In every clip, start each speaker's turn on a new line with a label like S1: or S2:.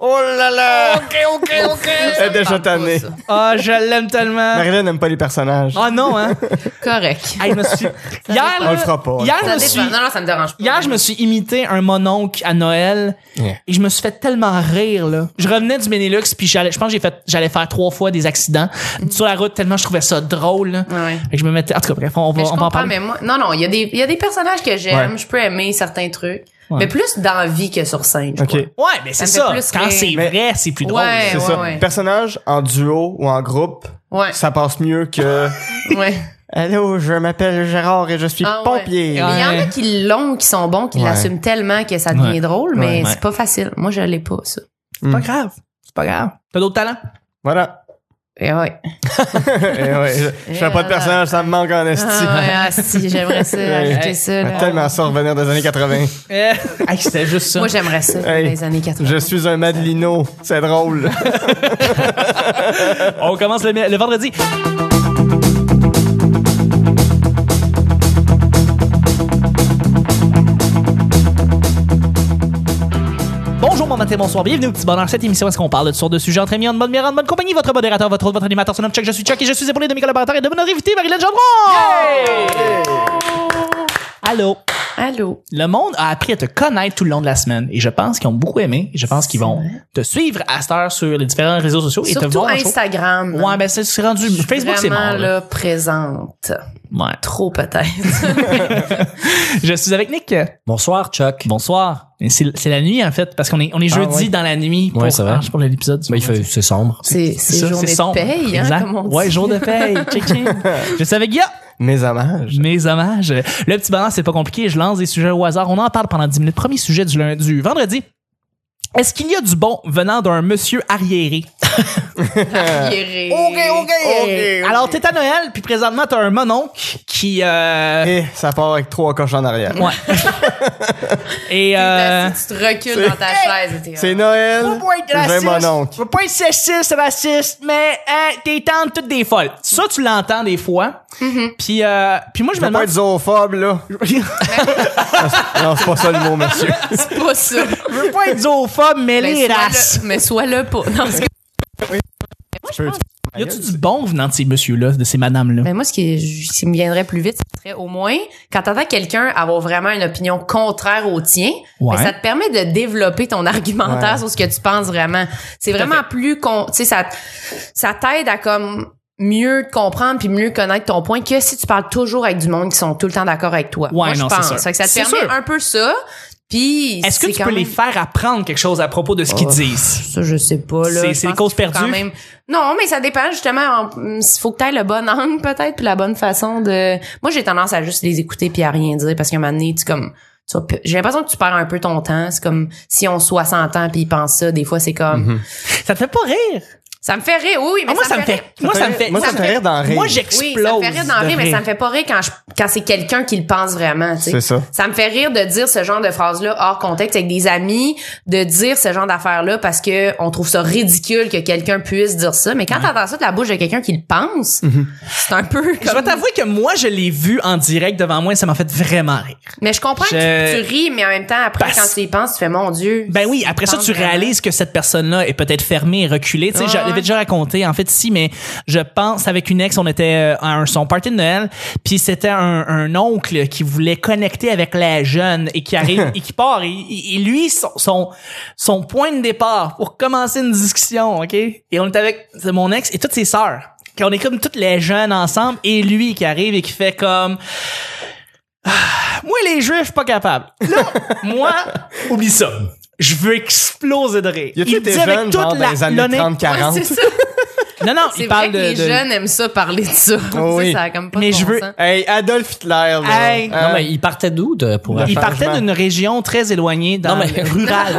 S1: Oh là là!
S2: Ok, ok, ok.
S1: Elle est déjà tannée.
S3: Ah, je l'aime tellement.
S1: Marilyn n'aime pas les personnages.
S3: Ah non, hein.
S2: Correct.
S3: Hey, je me suis... Hier,
S1: On
S3: là,
S1: le fera pas.
S3: hier, je
S2: Ça
S3: me suis...
S2: dépend. Non, non, ça me dérange pas.
S3: Hier, je me suis imité un mononcle à Noël
S1: Yeah.
S3: et je me suis fait tellement rire là. Je revenais du Benelux puis j'allais, je pense que j'ai fait, j'allais faire trois fois des accidents sur la route tellement je trouvais ça drôle. là.
S2: Ouais.
S3: Fait que je me mettais, en tout cas bref, on va,
S2: Mais je
S3: on va en
S2: comprends,
S3: parler.
S2: mais moi, non, non, il y a des, il y a des personnages que j'aime,
S1: Ouais.
S2: je peux aimer certains trucs,
S3: Ouais.
S2: mais plus dans la vie que sur scène, je
S1: Ok.
S2: crois.
S3: Ouais, Eh mais c'est
S2: me fait
S3: ça.
S2: plus
S3: Quand
S2: rire.
S3: c'est
S1: Mais-
S3: vrai, c'est plus drôle.
S2: Ouais,
S1: C'est
S2: ouais,
S1: ça.
S2: ouais.
S1: Personnage en duo ou en groupe,
S2: Ouais.
S1: ça passe mieux que.
S2: ouais.
S1: Allô, je m'appelle Gérard et je suis
S2: Ah, ouais.
S1: pompier.
S3: Ah.
S2: Mais il y en a
S3: Ouais.
S2: qui l'ont, qui sont bons, qui
S1: Ouais.
S2: l'assument tellement que ça devient
S3: Ouais.
S2: drôle, mais
S1: Ouais.
S2: c'est pas facile. Moi, je l'ai pas, ça.
S3: C'est pas grave. C'est pas grave. T'as d'autres talents?
S1: Voilà.
S2: Et ouais.
S1: Eh ouais, je, je fais pas de personnage, ça me manque en esti.
S2: Ah, ouais, ah, si, j'aimerais ça,
S1: Ouais.
S2: ajouter ça.
S1: J'aimerais
S2: là.
S1: Tellement ça revenir des années 80.
S3: hey, c'était juste ça.
S2: Moi, j'aimerais ça,
S1: Hey.
S2: dans les années 80.
S1: Je suis un Madelino, c'est drôle.
S3: on commence le, le vendredi. Bonjour, bon matin, bonsoir, bienvenue au Petit Bonheur. Cette émission, est-ce qu'on parle de toutes sortes de sujets entre amis, en bonne bière, en bonne compagnie? Votre modérateur, votre hôte, votre animateur, son nom Chuck, je suis Chuck et je suis épaulé de mes collaborateurs et de mon invité, Marilyn Gendron! Allô?
S2: Allô?
S3: Le monde a appris à te connaître tout le long de la semaine et je pense qu'ils ont beaucoup aimé. Et je pense qu'ils vont te suivre à cette heure sur les différents réseaux sociaux et te
S2: Surtout
S3: voir en show.
S2: Instagram.
S3: Ouais, ben c'est c'est rendu.
S2: Je suis
S3: Facebook, c'est
S2: vraiment,
S3: mort. Là.
S2: là, présente.
S3: Ouais.
S2: Trop, peut-être.
S3: Je suis avec Nick.
S4: Bonsoir, Chuck.
S3: Bonsoir. Et C'est c'est la nuit, en fait, parce qu'on est, on est
S4: Ah,
S3: jeudi
S4: ouais.
S3: dans la nuit pour,
S4: Ouais, c'est vrai.
S3: ah, pour l'épisode. du
S4: Ben, il
S3: vendredi.
S4: fait, c'est sombre.
S2: C'est, c'est
S3: ça,
S2: journée de
S3: sombre.
S2: paye, hein,
S3: Exact.
S2: comme on dit.
S3: Ouais, jour de paye. Check Je suis avec Guilla.
S1: Mes hommages.
S3: Mes hommages. Le petit bonheur, c'est pas compliqué. Je lance des sujets au hasard. On en parle pendant 10 minutes. Premier sujet du, lundi, du vendredi. Est-ce qu'il y a du bon venant d'un monsieur arriéré?
S2: Arriéré.
S3: Eh, Alors, t'es à Noël, puis présentement, t'as un mononcle qui... euh,
S1: Et ça part avec trois coches en arrière.
S3: Ouais. Et... euh,
S2: Si tu te recules dans ta chaise, t'es-
S1: C'est Noël.
S3: veux pas être
S1: J'ai
S3: raciste.
S1: mon oncle.
S3: Je veux pas être sexiste, raciste, mais hein, tes tantes toutes des folles. Ça, tu l'entends des fois.
S2: Mm-hmm.
S3: Puis, euh, puis moi, je
S1: Je
S3: me
S1: veux pas être
S3: demande.
S1: zoophobe, là. Non, c'est pas ça le mot, monsieur.
S2: C'est ah, pas ça.
S3: Je veux pas être zoophobe, mais
S2: Ben,
S3: les races.
S2: le, mais sois le pour. Non, c'est-
S3: Y a-tu du bon venant de ces messieurs-là, de ces madames-là?
S2: Mais Ben, moi, ce qui, je- ce qui me viendrait plus vite, ce serait au moins quand t'entends quelqu'un avoir vraiment une opinion contraire au tien,
S3: Ouais.
S2: ben, ça te permet de développer ton argumentaire
S1: Ouais.
S2: sur ce que tu penses vraiment. C'est vraiment plus con, tu sais, ça, ça t'aide à comme mieux te comprendre puis mieux connaître ton point que si tu parles toujours avec du monde qui sont tout le temps d'accord avec toi.
S3: Ouais,
S2: moi,
S3: non,
S2: je
S3: c'est
S2: pense.
S3: sûr.
S2: Fait que ça te
S3: C'est
S2: permet
S3: sûr.
S2: un peu ça. Puis
S3: Est-ce que
S2: c'est
S3: tu
S2: quand
S3: peux les
S2: même-
S3: faire apprendre quelque chose à propos de ce
S1: Oh.
S3: qu'ils disent?
S2: Ça, je sais pas, là.
S3: C'est-
S2: Je
S3: c'est
S2: pense
S3: des causes
S2: qu'il faut
S3: perdues?
S2: Non, mais ça dépend, justement. Il faut que t'aies le bon angle, peut-être, puis la bonne façon de... Moi, j'ai tendance à juste les écouter puis à rien dire, parce qu'à un moment donné, tu comme... tu vas pe- J'ai l'impression que tu perds un peu ton temps. C'est comme si on 60 ans puis ils pensent ça. Des fois, c'est comme...
S3: Ça te fait pas rire?
S2: Ça me fait rire, oui,
S3: Mhm. Ah,
S2: mais
S3: moi,
S2: ça, me fait... rire.
S3: Moi, ça me fait.
S1: Moi, ça me fait rire d'en rire.
S3: Moi,
S2: Oui,
S3: j'explose.
S2: ça me fait rire d'en
S3: de
S2: rire, mais ça me fait pas rire quand, je, quand c'est quelqu'un qui le pense vraiment. tu sais.
S1: C'est ça.
S2: Ça me fait rire de dire ce genre de phrase-là hors contexte avec des amis, de dire ce genre d'affaires-là parce que on trouve ça ridicule que quelqu'un puisse dire ça. Mais quand t'entends ça de la bouche de quelqu'un qui le pense, c'est un peu
S3: Mhm. Je vais
S2: comme-
S3: t'avouer que moi, je l'ai vu en direct devant moi et ça m'a fait vraiment rire.
S2: Mais je comprends
S3: Je-
S2: que tu, tu ris, mais en même temps, après,
S3: Parce-
S2: quand tu y penses, tu fais mon Dieu.
S3: Ben oui, après ça,
S2: Pense
S3: tu
S2: vraiment.
S3: réalises que cette personne-là est peut-être fermée et reculée. Tu sais,
S2: Ouais,
S3: j'avais
S2: ouais.
S3: déjà raconté, en fait, si, mais je pense avec une ex, on était euh, à un, son party de Noël, puis c'était un, un oncle qui voulait connecter avec la jeune et qui arrive et qui part. Et, et- et lui, son, son, son point de départ pour commencer une discussion, OK? Et on est avec c'est mon ex et toutes ses sœurs. Qu'on est comme toutes les jeunes ensemble et lui qui arrive et qui fait comme... Moi, les juifs, pas capable. Là, moi, oublie ça. Je veux exploser de rire.
S1: Y a-tu
S3: Il
S1: été
S3: dit avec
S1: jeune,
S3: toute
S1: genre, dans
S3: la-
S1: les années
S3: l'honnête-
S1: 30,
S2: Ouais,
S1: 40?
S2: c'est ça.
S3: Non, non,
S2: C'est
S3: il
S2: vrai
S3: parle
S2: que
S3: de.
S2: les
S3: de-
S2: jeunes aiment ça parler de ça.
S1: Oh oui.
S2: Ça, ça a comme pas
S3: Mais
S2: de
S3: je
S2: bon
S3: veux-
S2: sens.
S1: Hey, Adolf Hitler, là.
S3: Hey.
S1: Hein?
S4: Non, mais Ah, il partait d'où de, pour
S1: Le
S3: Il
S1: changement.
S3: partait d'une région très éloignée, dans
S4: Non, mais-
S3: le rural.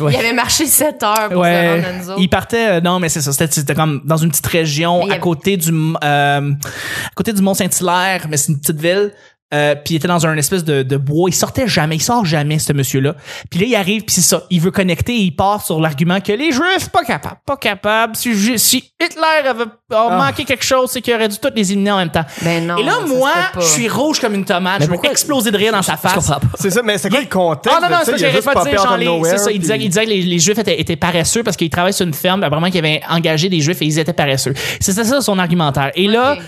S4: Ouais.
S2: Il avait marché 7 heures pour se
S3: ouais.
S2: rendre à nous autres.
S3: Il partait. euh, non, mais c'est ça. C'était, c'était comme dans une petite région
S2: Mais il y
S3: à
S2: avait-
S3: côté du euh, à côté du Mont Saint-Hilaire, mais c'est une petite ville. Euh, puis il était dans un espèce de, de bois. Il sortait jamais, il sort jamais, ce monsieur-là. Puis là, il arrive, puis c'est ça. Il veut connecter et il part sur l'argument que les Juifs, pas capables, pas capables. Si, ju- si Hitler avait a
S4: Ah.
S3: manqué quelque chose, c'est qu'il aurait dû tous les éliminer en même temps.
S2: Ben non,
S3: et là,
S2: ça se
S3: moi,
S2: fait pas.
S3: je suis rouge comme une tomate. je
S4: pourquoi-
S3: veux exploser de rire dans sa face.
S4: comprends pas.
S1: C'est ça, mais c'est quoi le contexte?
S3: Ah non, non,
S1: de
S3: c'est ça,
S1: Il a
S3: j'arrive
S1: juste
S3: pas de
S1: poppé
S3: dire.
S1: out
S3: Genre,
S1: of
S3: les-
S1: nowhere,
S3: c'est ça, il
S1: puis-
S3: disait, il disait que les, les Juifs étaient, étaient paresseux parce qu'ils travaillaient sur une ferme, apparemment qu'ils avaient engagé des Juifs et ils étaient paresseux. C'était ça son argumentaire. Et là,
S2: Ok.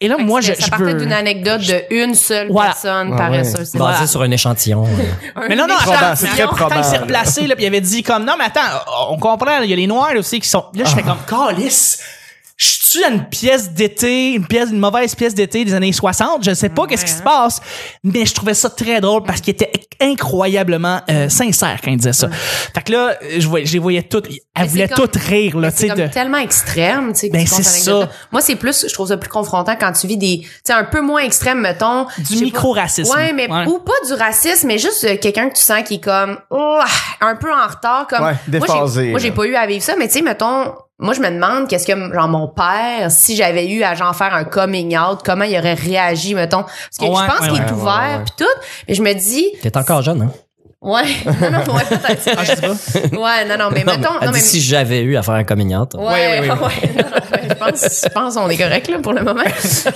S3: et là moi, je,
S2: ça
S3: je
S2: partait
S3: veux-
S2: d'une anecdote de une seule
S3: Voilà.
S2: personne
S1: Ah ouais.
S2: paresseuse. C'est
S4: Basé
S2: voilà.
S4: sur un échantillon. euh.
S2: Un
S3: Mais non, non,
S2: échantillon.
S1: probable,
S3: attends,
S1: c'est
S3: mais
S1: très
S3: attends,
S1: probable.
S3: il s'est replacé, là, puis il avait dit comme, non, mais attends, on comprend, là, il y a les Noirs aussi qui sont, là, je fais
S1: Ah.
S3: comme, calice! Je suis dans une pièce d'été, une pièce, une mauvaise pièce d'été des années 60, je sais pas qu'est-ce qui
S2: hein.
S3: se passe, mais je trouvais ça très drôle parce qu'il était incroyablement euh, sincère quand il disait ça. Fait que là, je voyais, je les voyais toutes, elle
S2: Mais
S3: voulait
S2: c'est comme-
S3: toutes rire, là,
S2: Mais
S3: tu
S2: c'est
S3: sais,
S2: comme
S3: de...
S2: tellement extrême, tu sais. que
S3: Ben,
S2: tu comptes
S3: c'est
S2: anecdote.
S3: ça.
S2: Moi, c'est plus, je trouve ça plus confrontant quand tu vis des, tu sais, un peu moins extrême, mettons. je sais pas.
S3: micro-racisme.
S2: Ouais, mais
S3: Ouais.
S2: ou pas du racisme, mais juste euh, quelqu'un que tu sens qui est comme, oh, un peu en retard, comme.
S1: Ouais,
S2: Moi, j'ai-
S1: déphasé,
S2: Moi, j'ai
S1: là.
S2: pas eu à vivre ça, mais tu sais, mettons, moi, je me demande qu'est-ce que, genre, mon père, si j'avais eu à, genre, faire un coming out, comment il aurait réagi, mettons. Parce que
S3: Ouais,
S2: je pense
S3: ouais,
S2: qu'il
S3: ouais,
S2: est ouvert, puis tout. Mais je me dis,
S4: T'es encore jeune, hein?
S2: ouais, non, non, ouais, peut-être, c'est
S3: Ah,
S2: vrai.
S3: je sais pas.
S2: Ouais, non, non, mais
S4: Non, mais
S2: mettons,
S4: elle
S2: non,
S4: dit
S2: mais.
S4: si j'avais eu à faire un coming out.
S2: Ouais, ouais, non, non, mais je pense, je pense qu'on est correct là pour le moment.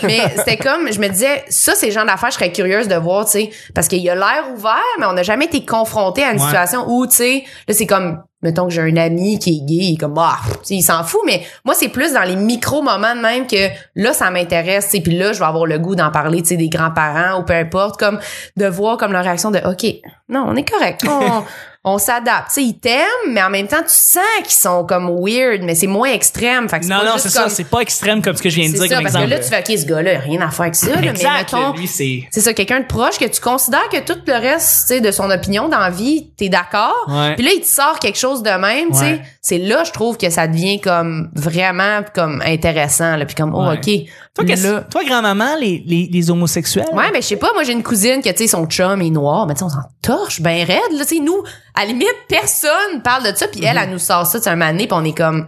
S2: Mais c'était comme, je me disais, ça, ces gens d'affaires, je serais curieuse de voir, tu sais, parce qu'il y a l'air ouvert, mais on n'a jamais été confronté à une
S3: Ouais.
S2: situation où, tu sais, là c'est comme, mettons que j'ai un ami qui est gay, il est comme, bah, tu sais, il s'en fout, mais moi c'est plus dans les micro moments de même que là ça m'intéresse, tu sais, puis là je vais avoir le goût d'en parler, tu sais, des grands-parents ou peu importe, comme de voir comme leur réaction de, ok, non, on est correct, on, on s'adapte. Tu sais, ils t'aiment, mais en même temps, tu sens qu'ils sont comme weird, mais c'est moins extrême. Fait que
S3: Non,
S2: pas
S3: non,
S2: juste
S3: c'est
S2: comme-
S3: ça, c'est pas extrême comme ce que je viens de
S2: c'est
S3: dire
S2: ça,
S3: comme
S2: parce que
S3: exemple.
S2: là, tu fais, OK, ce gars-là, il a rien à faire avec ça, là, mais
S3: Exact,
S2: mettons,
S3: lui, c'est...
S2: c'est ça, quelqu'un de proche que tu considères que tout le reste, tu sais, de son opinion dans la vie, t'es d'accord.
S3: Ouais.
S2: Puis là, il te sort quelque chose de même, tu
S3: Ouais.
S2: sais. C'est là, je trouve que ça devient comme vraiment comme intéressant, là, puis comme, oh,
S3: Ouais.
S2: OK.
S3: Toi, qu'est-ce-
S2: là-
S3: toi, grand-maman, les, les, les homosexuels?
S2: Ouais, mais je sais pas, moi j'ai une cousine que tu sais son chum est noir, mais tu sais on s'en torche ben raide là, tu sais nous à la limite personne parle de ça puis elle elle nous sort ça tu sais, un mané puis on est comme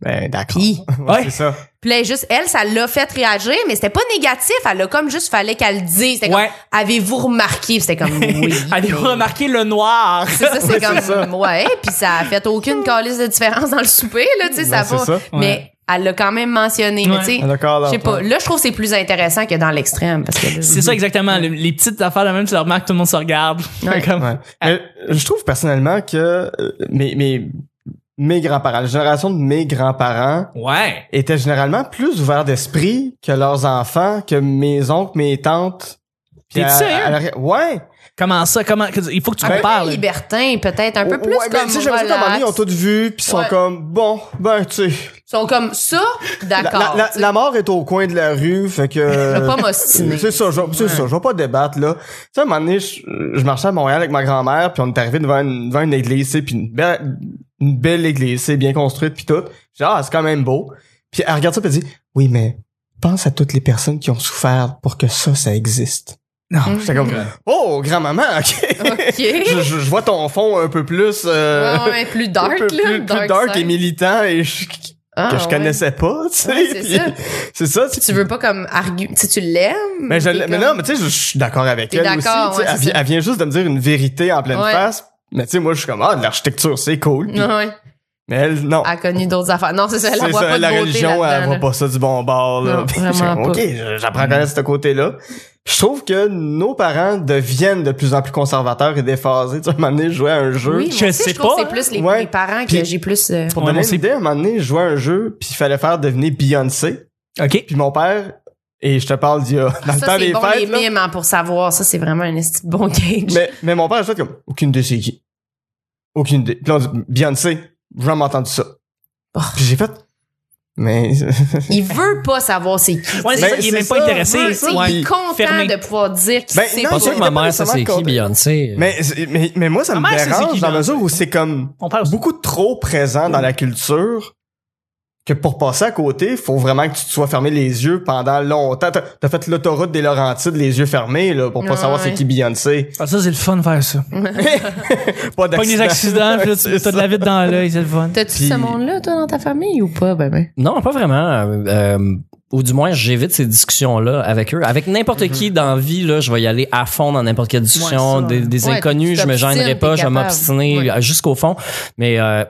S1: Ben, d'accord.
S2: pis.
S1: Ouais,
S3: Ouais.
S1: c'est ça.
S2: Puis là, juste elle ça l'a fait réagir mais c'était pas négatif, elle a comme juste fallait qu'elle le dise, c'était
S3: Ouais.
S2: comme avez-vous remarqué, Puis c'était comme oui.
S3: Avez-vous remarqué le noir?
S2: C'est ça, c'est comme ouais, puis ça a fait aucune calice de différence dans le souper là, tu sais ça
S1: Non, Ben, c'est
S2: va.
S1: ça.
S2: Mais elle l'a quand même mentionné, mais
S3: Ouais.
S2: tu sais
S1: D'accord,
S2: je sais pas, là je trouve que c'est plus intéressant que dans l'extrême parce que là,
S3: C'est ça exactement. Le- les petites affaires de même, tu leur remarques, tout le monde se regarde.
S2: Ouais.
S3: Comme-
S1: Ouais. Mais euh, je trouve personnellement que euh, mes, mes, mes grands-parents, la génération de mes grands-parents
S3: Ouais.
S1: étaient généralement plus ouverts d'esprit que leurs enfants, que mes oncles, mes tantes. Puis
S3: T'es-tu
S1: à-
S3: sérieux?
S1: à leur- Ouais.
S3: Comment ça? Comment? Il faut que
S1: Ah
S3: tu
S2: un peu
S3: compares. là.
S2: libertin peut-être un peu
S1: Ouais,
S2: plus
S1: ben,
S2: comme
S1: tu sais, j'avais ça qu'à un moment donné, ils ont
S2: relax.
S1: tout vu, puis ils sont
S2: Ouais.
S1: comme, bon, ben, tu sais,
S2: Ils sont comme ça,
S1: la,
S2: d'accord.
S1: la- la-
S2: tu sais.
S1: la mort est au coin de la rue, fait que...
S2: Je vais pas m'ostiner.
S1: C'est ça, je, c'est
S2: Ouais.
S1: ça, je vais pas débattre, là. Tu sais, à un moment donné, je, je marchais à Montréal avec ma grand-mère, puis on est arrivé devant une, devant une église, tu sais, puis une belle, une belle église, c'est bien construite, puis tout. Je dis, ah, c'est quand même beau. Puis elle regarde ça, puis elle dit, oui, mais pense à toutes les personnes qui ont souffert pour que ça, ça existe. Non,
S2: Mm-hmm.
S1: j'étais comme, oh, grand-maman, ok.
S2: OK.
S1: je, je- je vois ton fond un peu plus... euh,
S2: Ouais, ouais, plus dark,
S1: un peu
S2: là.
S1: plus, plus dark et
S2: side.
S1: militant et je-
S2: Ah,
S1: que je
S2: ouais.
S1: connaissais pas, tu sais.
S2: Ouais, c'est
S1: puis-
S2: ça.
S1: c'est ça. tu-
S2: Tu veux pas comme arguer. Tu sais, tu l'aimes.
S1: mais, Ben, je,
S2: t'es
S1: mais
S2: comme-
S1: non, mais tu sais, je je suis d'accord avec
S2: T'es
S1: elle aussi.
S2: d'accord,
S1: tu sais,
S2: ouais,
S1: elle,
S2: c'est
S1: vi-
S2: ça.
S1: elle vient juste de me dire une vérité en pleine
S2: Ouais. Ah.
S1: face. Mais tu sais, moi, je suis comme, ah, de l'architecture, c'est cool. Puis-
S2: Ouais, ouais.
S1: Mais elle, non.
S2: Elle a connu d'autres affaires. Non, c'est ça, elle
S1: C'est
S2: voit
S1: ça,
S2: pas de
S1: la
S2: beauté
S1: religion, elle
S2: là-dedans,
S1: voit
S2: là.
S1: pas ça du bon bord, là.
S2: Non,
S1: Puis je suis
S2: vraiment Mm.
S1: comme, OK, j'apprends à connaître ce côté-là. Je trouve que nos parents deviennent de plus en plus conservateurs et déphasés. Tu sais, à un moment donné, je jouais à un jeu.
S2: Oui,
S3: Je
S2: moi aussi,
S3: sais
S2: je trouve
S3: pas,
S2: que C'est plus les,
S1: Ouais.
S2: les parents que
S1: Puis-
S2: j'ai plus. euh,
S1: Pour
S3: Ouais,
S1: donner
S3: moi,
S1: une
S3: c'est-
S1: idée, à un moment donné, je jouais à un jeu, puis il fallait faire devenir Beyoncé.
S3: OK.
S1: Puis mon père, et je te parle d'il y a, dans le
S2: Ça,
S1: temps
S2: c'est
S1: des
S2: bon,
S1: fêtes,
S2: les
S1: là.
S2: mimes, hein, pour savoir. Ça, c'est vraiment un esti de bon gauge.
S1: mais, mais mon père, je fait comme, aucune idée c'est qui. Aucune idée. Puis là, on dit, Beyoncé, j'ai jamais entendu ça.
S2: Oh.
S1: Puis j'ai fait, mais...
S2: Il veut pas savoir c'est qui.
S3: Ouais,
S2: tu
S3: c'est ça,
S2: sais.
S3: il est
S1: Ben, c'est
S3: même pas
S1: ça,
S3: intéressé.
S1: ouais,
S2: Tu sais, Il est
S3: Ouais.
S2: content
S3: Fermé.
S2: de pouvoir dire qu'il
S1: Ben,
S2: sait
S1: non,
S2: pas.
S4: Pas sûr que ma mère, ça, c'est qui, Beyoncé? euh.
S1: mais, c'est- mais, mais moi, ça
S3: Ma
S1: me
S3: mère, c'est c'est
S1: dérange
S3: qui,
S1: dans la
S3: Beyoncé?
S1: mesure où c'est comme
S3: On parle
S1: beaucoup trop présent dans la culture que pour passer à côté, faut vraiment que tu te sois fermé les yeux pendant longtemps. T'as t'as fait l'autoroute des Laurentides les yeux fermés là pour pas
S2: Ouais,
S1: savoir
S2: ouais.
S1: c'est qui Beyoncé.
S3: Ah, ça, c'est le fun de faire ça.
S1: Pas
S3: Pas des accidents, puis là, tu-
S1: C'est
S3: t'as de la vide dans l'œil, c'est le fun.
S2: T'as-tu
S1: Puis-
S2: ce monde-là, toi, dans ta famille ou pas? Ben, ben.
S4: Non, pas vraiment. Euh, euh, ou du moins j'évite ces discussions là avec eux avec n'importe qui dans la vie là je vais y aller à fond dans n'importe quelle discussion
S3: ça,
S4: des,
S3: ouais.
S4: des
S2: Ouais,
S4: inconnus
S2: tu
S4: je me
S2: t'obstines,
S4: gênerai pas
S2: t'es
S4: je vais
S2: capable.
S4: m'obstiner
S2: Ouais.
S4: euh, jusqu'au fond mais euh,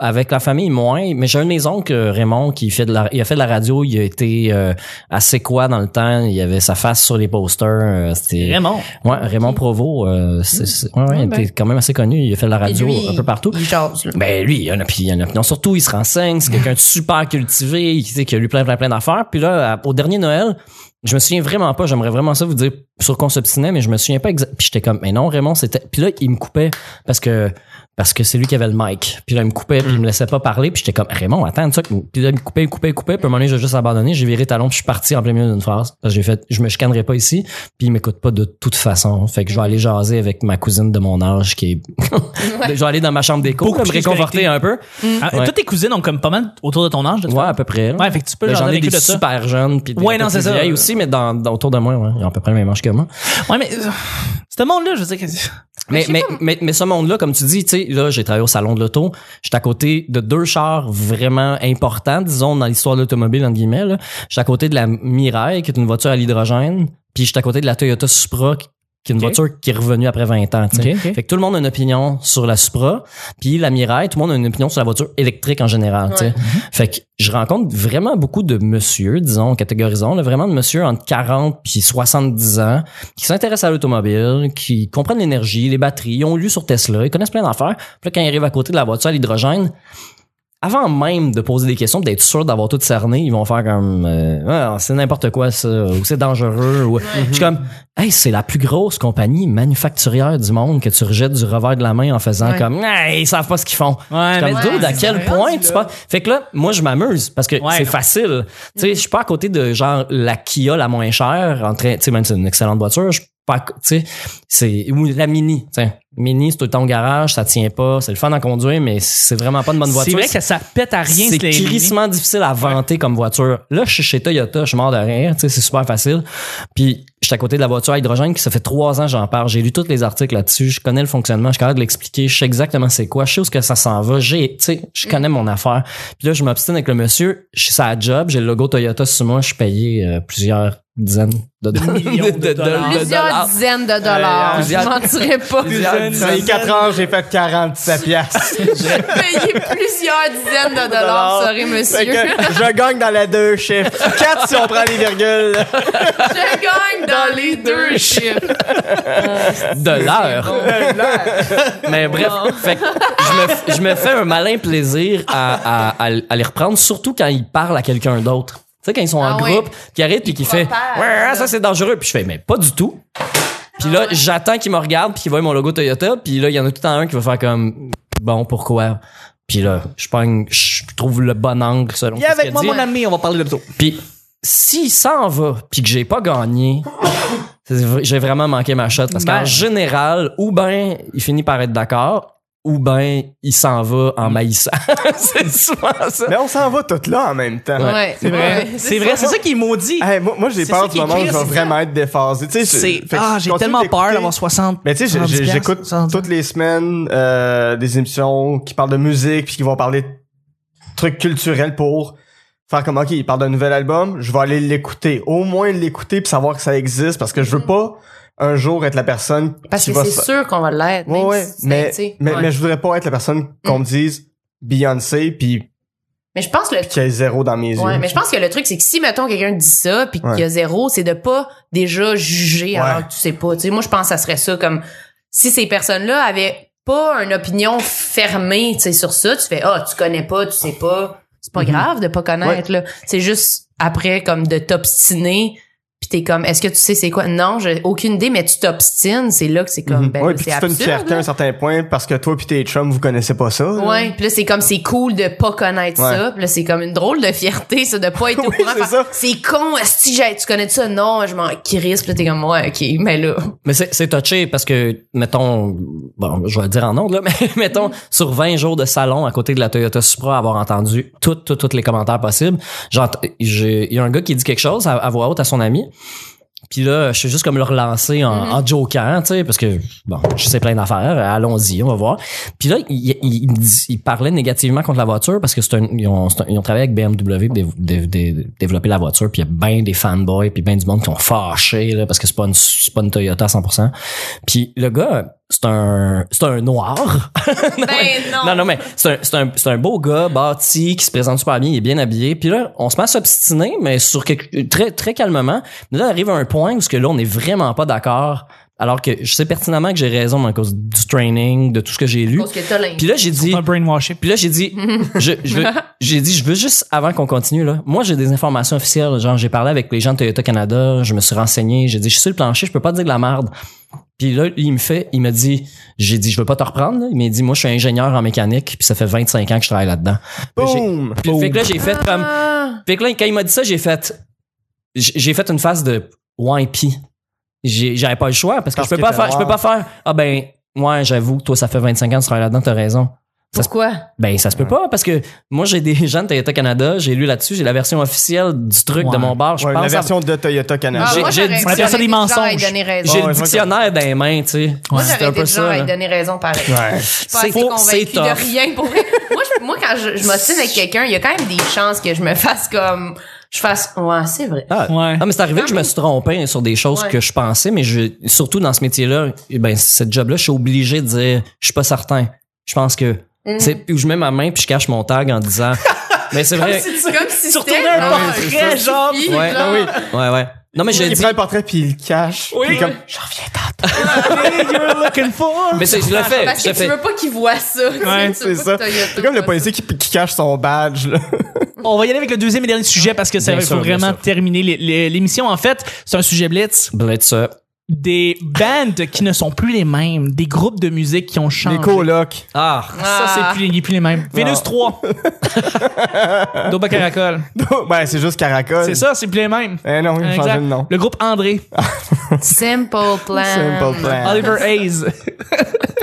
S4: avec la famille moins mais j'ai un de mes oncles euh, Raymond qui fait de la il a fait de la radio il a été euh, assez quoi dans le temps il avait sa face sur les posters euh, c'était
S3: Vraiment.
S4: ouais Raymond Provo euh, c'est- c'est- ouais, ouais,
S2: Ah,
S4: il
S2: ben.
S4: était quand même assez connu il a fait de la radio
S2: lui,
S4: un peu partout
S2: Il jase, là.
S4: ben lui, il y en a, puis il y en a. Non, surtout, il se renseigne, c'est quelqu'un de super cultivé, qui, tu sais, qui a lu plein, plein, plein d'affaires. Puis là, à- au dernier Noël, je me souviens vraiment pas, j'aimerais vraiment ça vous dire sur quoi on s'obstinait, mais je me souviens pas exactement. Puis j'étais comme, mais non, Raymond, c'était... Puis là, il me coupait parce que parce que c'est lui qui avait le mic. Puis là, il me coupait, puis il me laissait pas parler. Puis j'étais comme, Raymond, attends, ça. Puis là, il me coupait, il coupait, il coupait. Puis à un moment donné, j'ai juste abandonné. J'ai viré talon, puis je suis parti en plein milieu d'une phrase. Parce que j'ai fait, je me chicanerai pas ici. Puis il m'écoute pas de toute façon. Fait que je vais aller jaser avec ma cousine de mon âge qui est... je vais aller dans ma chambre d'écho,
S3: Beaucoup
S4: là, me
S3: plus
S4: réconforter un peu.
S1: Mm.
S3: Ah,
S4: Ouais.
S3: Toutes tes cousines ont comme pas mal autour de ton âge. de toute
S4: Ouais,
S3: façon.
S4: à peu près. là.
S3: Ouais, fait que tu peux
S4: Ben,
S3: jaser
S4: J'en ai
S3: avec
S4: des
S3: eux de ça.
S4: super jeunes. Puis des
S3: Ouais,
S4: un peu
S3: non, c'est
S4: plus
S3: ça.
S4: vieilles aussi, mais dans, dans- autour de moi, ouais. Ils ont à peu près le même âge que moi.
S3: Ouais, mais euh, ce monde-là, je veux dire que.
S4: Mais, mais, mais, mais ce monde-là, comme tu dis, tu sais, là, j'ai travaillé au salon de l'auto. J'étais à côté de deux chars vraiment importants, disons, dans l'histoire de l'automobile, entre guillemets, là. J'étais à côté de la Mirai, qui est une voiture à l'hydrogène. Puis j'étais à côté de la Toyota Supra, qui qui est une
S3: Ok.
S4: voiture qui est revenue après 20 ans, tu sais. Fait que tout le monde a une opinion sur la Supra, puis la Mirai, tout le monde a une opinion sur la voiture électrique en général. Ah, tu
S2: Ouais.
S4: sais. Fait que je rencontre vraiment beaucoup de monsieur, disons, catégorisons, là, vraiment de monsieur entre 40 puis 70 ans, qui s'intéressent à l'automobile, qui comprennent l'énergie, les batteries, ils ont lu sur Tesla, ils connaissent plein d'affaires. Puis là, quand ils arrivent à côté de la voiture à l'hydrogène, avant même de poser des questions, d'être sûr d'avoir tout cerné, ils vont faire comme euh, Ah, c'est n'importe quoi ça, ou c'est dangereux, ou je suis comme hey c'est la plus grosse compagnie manufacturière du monde que tu rejettes du revers de la main en faisant
S2: Ouais.
S4: comme hey ils savent pas ce qu'ils font.
S3: Ouais,
S4: Je suis
S3: mais
S4: comme,
S2: ouais,
S4: dude, à
S2: c'est
S4: quel
S2: vrai.
S4: point
S1: Rendu
S4: tu
S1: là.
S4: penses? Fait que là, moi, je m'amuse parce que
S3: Ouais.
S4: c'est facile. Tu sais, je suis pas à côté de genre la Kia la moins chère, en train, tu sais, même si c'est une excellente voiture, je suis pas, à co- tu sais, c'est, ou la Mini, tu sais. Mini, c'est tout le temps au garage, ça tient pas, c'est le fun à conduire, mais c'est vraiment pas une bonne
S3: c'est
S4: voiture.
S3: vrai que ça pète à rien.
S4: C'est
S3: les-
S4: crissement difficile à vanter comme voiture. Là, je suis chez Toyota, je suis mort de rire, tu sais, c'est super facile. Puis, je suis à côté de la voiture à hydrogène qui ça fait trois ans que j'en parle. J'ai lu tous les articles là-dessus, je connais le fonctionnement, je suis capable de l'expliquer, je sais exactement c'est quoi, je sais où ce que ça s'en va, j'ai, tu sais, je connais mon affaire. Puis là, je m'obstine avec le monsieur, je suis sa job, j'ai le logo Toyota sur moi, je suis payé euh, plusieurs dizaines de dollars.
S3: millions de dollars.
S2: Plusieurs dizaines de dollars.
S1: Euh,
S2: Je mentirais pas.
S1: J'ai eu 4 ans, j'ai fait 47 piastres.
S2: Payer plusieurs dizaines de dollars, sorry
S1: Fait que
S2: monsieur.
S1: je gagne dans la deux chiffres. 4 si on prend les virgules.
S2: Je gagne dans les deux chiffres.
S4: de l'heure. Mais bref, fait que je, me, je me fais un malin plaisir à, à, à, à les reprendre, surtout quand ils parlent à quelqu'un d'autre. Tu sais, quand ils sont en
S2: Ah ouais.
S4: groupe, qui arrêtent puis qui fait
S2: propagent,
S4: Ouais,
S2: là. Ah
S4: ça c'est dangereux. Puis je fais Mais pas du tout. Puis là, j'attends qu'ils me regardent puis qu'ils voient mon logo Toyota. Puis là, il y en a tout le temps un qui va faire comme Bon, pourquoi Puis là, je pogne, je trouve le bon angle selon
S3: Viens
S4: ce
S3: avec
S4: qu'elle
S3: moi,
S4: dit.
S3: mon ami, on va parler de ça.
S4: Puis s'il s'en va, puis que j'ai pas gagné, c'est vrai- j'ai vraiment manqué ma shot parce qu'en
S3: Man.
S4: général, ou ben il finit par être d'accord, ou ben il s'en va en maïssant. c'est souvent ça.
S1: Mais on s'en va toutes là en même temps.
S2: Ouais.
S3: C'est vrai.
S2: Ouais,
S3: c'est vrai, c'est ça qui est maudit.
S1: Hey, moi, moi, j'ai
S3: C'est
S1: peur
S3: ça
S1: du
S3: qui est
S1: moment où je
S3: pire,
S1: vais
S3: c'est
S1: vraiment être déphasé. Tu sais, je-
S3: C'est-
S1: fait que
S3: Ah,
S1: je
S3: j'ai
S1: continue
S3: tellement peur
S1: d'écouter.
S3: d'avoir Ah, 60.
S1: Mais tu sais, j'ai-
S3: 70
S1: j'ai- j'écoute
S3: 70.
S1: toutes les semaines euh, des émissions qui parlent de musique puis qui vont parler de trucs culturels pour faire comme OK, ils parlent d'un nouvel album, je vais aller l'écouter, au moins l'écouter puis savoir que ça existe parce que je veux
S3: Mm.
S1: pas un jour être la personne
S2: Parce
S1: qui
S2: que
S1: va
S2: c'est
S1: se-
S2: sûr qu'on va l'être.
S1: Ouais,
S2: même
S1: ouais,
S2: si c'est-
S1: mais,
S2: tu sais,
S1: mais,
S2: ouais. Mm.
S1: mais je voudrais pas être la personne qu'on me dise Beyoncé puis
S2: Mais je pense que le
S1: qu'il y ait zéro dans mes
S2: Ouais,
S1: yeux.
S2: mais je pense que le truc, c'est que si, mettons, quelqu'un dit ça, puis
S1: Ouais.
S2: qu'il y a zéro, c'est de pas déjà juger
S1: Ouais.
S2: alors que tu sais pas. Tu sais, moi, je pense que ça serait ça, comme si ces personnes-là avaient pas une opinion fermée, tu sais, sur ça, tu fais, ah, tu connais pas, tu sais pas. C'est
S1: Mm-hmm.
S2: pas grave de pas connaître, là. C'est juste, après, comme, de t'obstiner, puis t'es comme, est-ce que tu sais c'est quoi? Non, j'ai aucune idée, mais tu t'obstines, c'est là que c'est comme,
S1: Mhm.
S2: ben,
S1: ouais, puis
S2: c'est
S1: tu fais une
S2: absurde.
S1: fierté à
S2: là.
S1: un certain point parce que toi puis tes chums vous connaissez pas ça. là.
S2: Ouais, puis là c'est comme c'est cool de pas connaître
S1: Ouais.
S2: ça, puis là c'est comme une drôle de fierté ça de pas être au
S1: Oui,
S2: courant.
S1: c'est
S2: Fait-
S1: ça.
S2: C'est con, si j'ai tu connais ça Non, je m'en crisse, puis là, t'es comme ouais, OK, mais là.
S4: Mais c'est c'est touché parce que, mettons, bon, je vais le dire en ondes, là, mais mettons, sur 20 jours de salon à côté de la Toyota Supra, avoir entendu toutes, toutes, toutes les commentaires possibles, j'ent- j'ai- il y a un gars qui dit quelque chose à, à voix haute à son ami, Puis là, je suis juste comme le relancer en,
S2: Mhm.
S4: en joker, tu sais, parce que, bon, je sais plein d'affaires, allons-y, on va voir. Puis là, il, il- il me dit- il parlait négativement contre la voiture parce que c'est un, ils, ont, c'est un- ils ont travaillé avec BMW pour dé- dé- dé- développer la voiture, puis il y a bien des fanboys, puis bien du monde qui ont fâché, là, parce que c'est pas, une- c'est pas une Toyota à 100%. Puis le gars, c'est un, c'est un noir.
S2: Ben non.
S4: Non, non, mais c'est un, c'est un, c'est un beau gars, bâti, qui se présente super bien, il est bien habillé. Puis là, on se met à s'obstiner, mais sur quelque, très, très calmement. Mais là, on arrive à un point où ce que là, on n'est vraiment pas d'accord. Alors que je sais pertinemment que j'ai raison à cause du training, de tout ce que j'ai lu.
S2: Parce que t'as l'in-
S4: Puis là, j'ai dit,
S3: On a brainwashé.
S4: puis là, j'ai dit, je, je veux- j'ai dit, je veux juste, avant qu'on continue, là, moi, j'ai des informations officielles. Genre, j'ai parlé avec les gens de Toyota Canada, je me suis renseigné, j'ai dit, je suis sur le plancher, je peux pas te dire de la merde. Puis là, il me fait, il me dit, j'ai dit, je veux pas te reprendre, là. Il m'a dit, moi, je suis ingénieur en mécanique, puis ça fait 25 ans que je travaille là-dedans. Puis j'ai-
S1: Boom!
S4: Puis fait que là, j'ai fait comme,
S2: Ah.
S4: fait que là, quand il m'a dit ça, j'ai fait, j'ai j'ai fait une phase de, ouais, pis. J'ai- J'avais pas le choix, parce que
S1: Parce
S4: je peux
S1: que
S4: pas
S1: t'es
S4: faire, je peux pas
S1: noir.
S4: faire, ah ben, ouais, j'avoue que toi, ça fait 25 ans que tu travailles là-dedans, t'as raison. Ça se-
S2: Pourquoi?
S4: Ben, ça se peut pas parce que moi, j'ai des gens de Toyota Canada, j'ai lu là-dessus, j'ai la version officielle du truc
S3: Ouais.
S4: de mon bar. Je
S1: Ouais,
S4: pense
S1: la
S4: à-
S1: version de Toyota Canada.
S2: Ah,
S4: J'ai-
S2: moi,
S4: j'ai-
S2: j'aurais
S4: on
S2: dit-
S3: appelle ça
S2: j'aurais
S3: des
S2: été du genre à
S3: mensonges.
S2: lui donner raison.
S4: J'ai
S1: Ouais,
S4: le
S1: je vois
S4: dictionnaire dans les mains, tu sais.
S2: Moi, j'aurais
S4: C'était un
S2: été
S4: peu
S2: du genre euh,
S4: ça.
S2: à lui
S4: là.
S2: donner raison pareil. Je
S1: Ouais.
S2: suis pas assez
S4: C'est- c'est
S2: convaincue
S4: tough.
S2: de rien pour vrai. moi, je- moi, quand je, je m'ostine avec quelqu'un, il y a quand même des chances que je me fasse comme... Je fasse... Ouais, c'est vrai.
S4: Ah,
S3: Ouais.
S4: ah, mais c'est arrivé que je me suis trompé sur des choses
S2: Ouais.
S4: que je pensais, mais je, surtout dans ce métier-là, eh ben, cette job-là, je suis obligé de dire, je suis pas certain. Je pense que,
S2: Mm.
S4: tu sais, puis je mets ma main puis je cache mon tag en disant, Ah, mais c'est vrai.
S2: Comme si
S3: Surtout
S2: c'était
S3: un
S2: genre
S3: portrait,
S2: un
S3: genre.
S2: selfie,
S4: Ouais, Ah
S2: genre.
S1: Ah oui.
S4: Ouais, ouais. Non, mais j'ai
S1: il
S4: dit,
S1: prend le portrait puis il le cache.
S3: Oui.
S1: Puis comme,
S3: You're looking for.
S4: mais c'est- je l'ai fait.
S2: Parce
S4: je
S2: que
S4: l'ai
S2: tu
S4: fait.
S2: veux pas qu'il voit ça. tu sais,
S3: Ouais,
S2: tu
S1: c'est
S2: veux pas
S1: ça.
S2: que Toyota
S1: C'est comme le
S2: voit ça.
S1: policier qui, qui cache son badge, là.
S3: On va y aller avec le deuxième et dernier sujet parce que ça
S4: Bien
S3: il faut
S4: sûr, bien
S3: vraiment
S4: sûr.
S3: terminer l'é- l'é- l'émission. En fait, c'est un sujet blitz.
S4: Blitz ça.
S3: Des bands qui ne sont plus les mêmes, des groupes de musique qui ont changé.
S1: Les colocs.
S4: Ah.
S3: Ça, c'est plus, les- plus les mêmes. Vénus 3. Doba Caracol.
S1: ben, c'est juste Caracol.
S3: C'est ça, c'est plus les mêmes.
S1: Eh non, ils ont changé
S3: Exact.
S1: de nom.
S3: Le groupe André,
S2: Simple plan.
S1: Simple Plan.
S3: Oliver Hayes,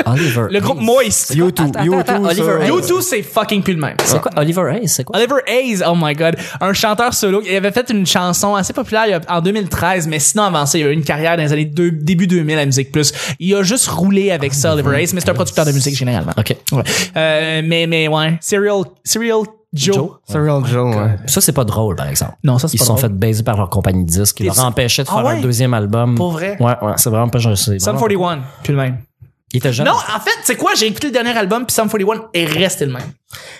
S4: Oliver.
S3: le groupe
S4: Hayes.
S3: Moist.
S1: YouTube.
S4: Attends, attends,
S1: YouTube,
S4: attends,
S1: ça.
S4: Oliver Hayes.
S3: U2, c'est fucking plus le même.
S4: C'est quoi? Oliver Hayes, c'est quoi?
S3: Oliver Hayes, oh my god, un chanteur solo. Il avait fait une chanson assez populaire il y a- en 2013, mais sinon avant ça, il a eu une carrière dans les années deux- début 2000 à Musique Plus. Il a juste roulé avec ça, Oliver Hayes, mais c'est un producteur de musique généralement.
S4: OK.
S3: Ouais. Euh, mais, mais ouais, Serial, Serial Joe.
S4: Joe.
S1: Serial Joe, ouais.
S4: Ça, c'est pas drôle, par exemple.
S3: Non, ça, c'est
S4: Ils
S3: pas
S4: se sont
S3: drôle.
S4: fait baiser par leur compagnie de disques. Ils
S3: Ils-
S4: leur empêchaient de
S3: Ah
S4: faire
S3: ouais?
S4: un deuxième album.
S3: Pour vrai?
S4: Ouais, ouais. C'est vraiment pas gentil.
S3: Sum 41, plus le même.
S4: Il était jeune.
S3: Non, en fait, c'est quoi? J'ai écouté le dernier album, puis Sum 41 est resté le même.